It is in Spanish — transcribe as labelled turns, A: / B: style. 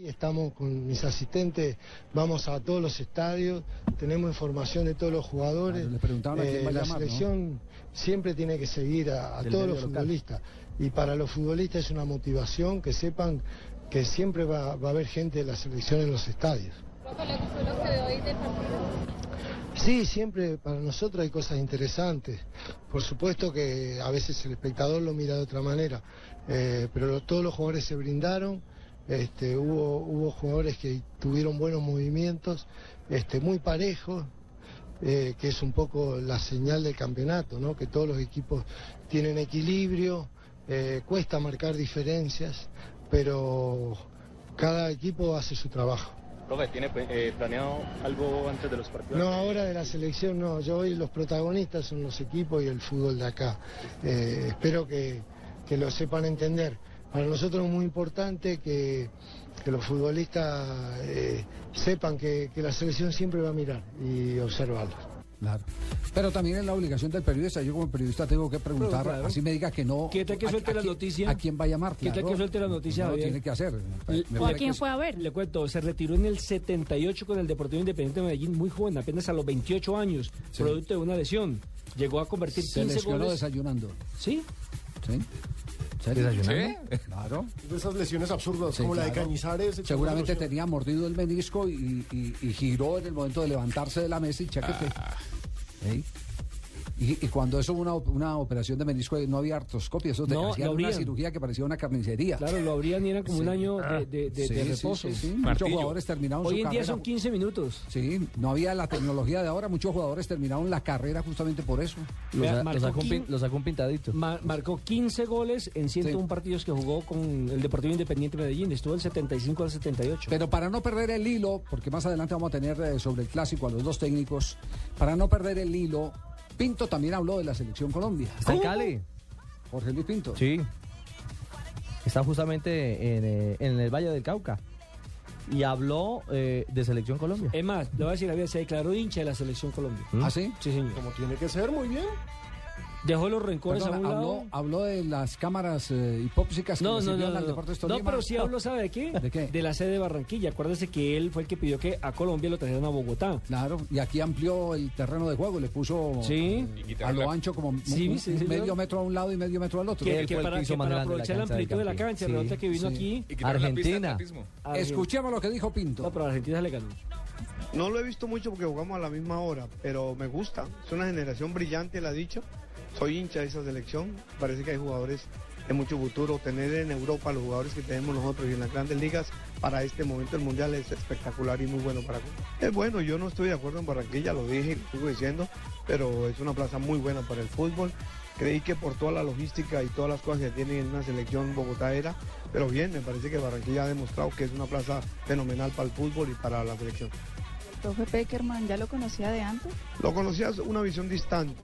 A: Y Estamos con mis asistentes, vamos a todos los estadios, tenemos información de todos los jugadores. Eh,
B: Claro, les preguntaban Ah, a quién va a
A: la
B: llamar, ¿no?
A: selección siempre tiene que seguir a, a
B: Del
A: todos
B: medio
A: los
B: local.
A: futbolistas. Y para los futbolistas es una motivación que sepan que siempre va, va a haber gente de la selección en los estadios. Sí, siempre para nosotros hay cosas interesantes. Por supuesto que a veces el espectador lo mira de otra manera, eh, pero lo- todos los jugadores se brindaron. Este, hubo, hubo jugadores que tuvieron buenos movimientos, este, muy parejos, eh, que es un poco la señal del campeonato, ¿no? que todos los equipos tienen equilibrio, eh, cuesta marcar diferencias, pero cada equipo hace su trabajo.
C: Profe, ¿tiene pues, eh, planeado algo antes de los partidos?
A: No, ahora de la selección no. Yo hoy los protagonistas son los equipos y el fútbol de acá. Eh, espero que, que lo sepan entender. Para nosotros es muy importante que, que los futbolistas eh, sepan que, que la selección siempre va a mirar y observarla.
B: Claro. Pero también es la obligación del periodista. Yo como periodista tengo que preguntar,
D: Pero, claro.
B: así me diga que no.
D: ¿Qué tal que
B: a-
D: suelte
B: a
D: la
B: quién-
D: noticia?
B: ¿A quién va a llamar?
D: ¿Qué tal
B: Claro.
D: que suelte la noticia,
B: No lo
D: Javier?
B: tiene que hacer. Me
D: Le-
B: parece que es-
E: fue a ver?
D: Le cuento, se retiró en el 78 con el Deportivo Independiente de Medellín, muy joven, apenas a los 28 años, producto de una lesión. Llegó a convertir
B: Se
D: 15
B: lesionó
D: goles.
B: desayunando.
D: Sí,
B: ¿Sí? ¿Sí? ¿Desayunando? Claro.
F: De esas lesiones absurdas,
B: Sí,
F: como la de
B: claro.
F: Cañizares. que
B: Seguramente
F: fue una
B: tenía mordido el menisco y, y- y giró en el momento de levantarse de la mesa y chaquete. ¿Sí? Y, y cuando eso una, op- una operación de menisco no había artroscopia, eso te
D: No,
B: hacían
D: lo
B: una
D: abrían.
B: cirugía que parecía una carnicería.
D: claro, lo abrían y era como un año de, de- de-
B: Sí,
D: de
B: sí,
D: reposo.
B: sí, sí. Muchos jugadores terminaron
D: Hoy
B: su
D: en día
B: carrera.
D: son 15 minutos.
B: Sí, no había la tecnología de ahora. Muchos jugadores terminaron la carrera justamente por eso.
D: Los,
G: pintadito.
D: marcó 15 goles en 101
B: Sí.
D: partidos que jugó con el Deportivo Independiente de Medellín. Estuvo del 75 al 78.
B: Pero para no perder el hilo, porque más adelante vamos a tener eh, sobre el clásico a los dos técnicos, para no perder el hilo, Pinto también habló de la selección Colombia.
G: ¿Está en Cali?
B: Jorge Luis Pinto.
G: Sí. Está justamente en, eh, en el Valle del Cauca. Y habló eh, de Selección Colombia.
D: es más, le voy a decir la vida, se declaró hincha de la Selección Colombia.
B: ¿Ah, sí?
D: Sí, señor.
F: Como tiene que ser, muy bien.
D: Dejó los rencores
B: Perdona,
D: a un
B: habló,
D: lado.
B: habló de las cámaras eh, hipópsicas que
D: No,
B: le
D: no,
B: sirvieron
D: no, no,
B: al
D: no.
B: Deportes
D: No,
B: Tolima.
D: pero sí habló, ¿sabe de qué?
B: ¿De qué?
D: De la sede de Barranquilla. Acuérdese que él fue el que pidió que a Colombia lo trajeran a Bogotá.
B: Claro, y aquí amplió el terreno de juego, le puso
D: Sí.
B: eh, a lo ancho como un-
D: Sí,
B: un-
D: sí, sí,
B: medio
D: señor.
B: metro a un lado y medio metro al otro.
D: Que,
G: él
D: que
G: fue el
D: para,
G: que hizo
D: que
G: más
D: para
G: grande la
D: aprovechar la
G: cancha del
D: amplitud de la
G: Campín.
D: cancha,
G: Sí,
D: resulta que vino
B: sí.
D: aquí.
G: Argentina.
D: a-
B: Escuchemos lo que dijo Pinto.
D: No, pero Argentina le ganó.
H: No lo he visto mucho porque jugamos a la misma hora, pero me gusta. Es una generación brillante, la ha dicho. Soy hincha de esa selección. Parece que hay jugadores de mucho futuro. Tener en Europa los jugadores que tenemos nosotros y en las grandes ligas para este momento el mundial es espectacular y muy bueno para Colombia. Es bueno, yo no estoy de acuerdo en Barranquilla, lo dije y lo sigo diciendo, pero es una plaza muy buena para el fútbol. Creí que por toda la logística y todas las cosas que tiene en una selección Bogotá era, pero bien, me parece que Barranquilla ha demostrado que es una plaza fenomenal para el fútbol y para la selección.
I: profe Peckerman ya lo conocía de antes.
H: Lo conocías una visión distante.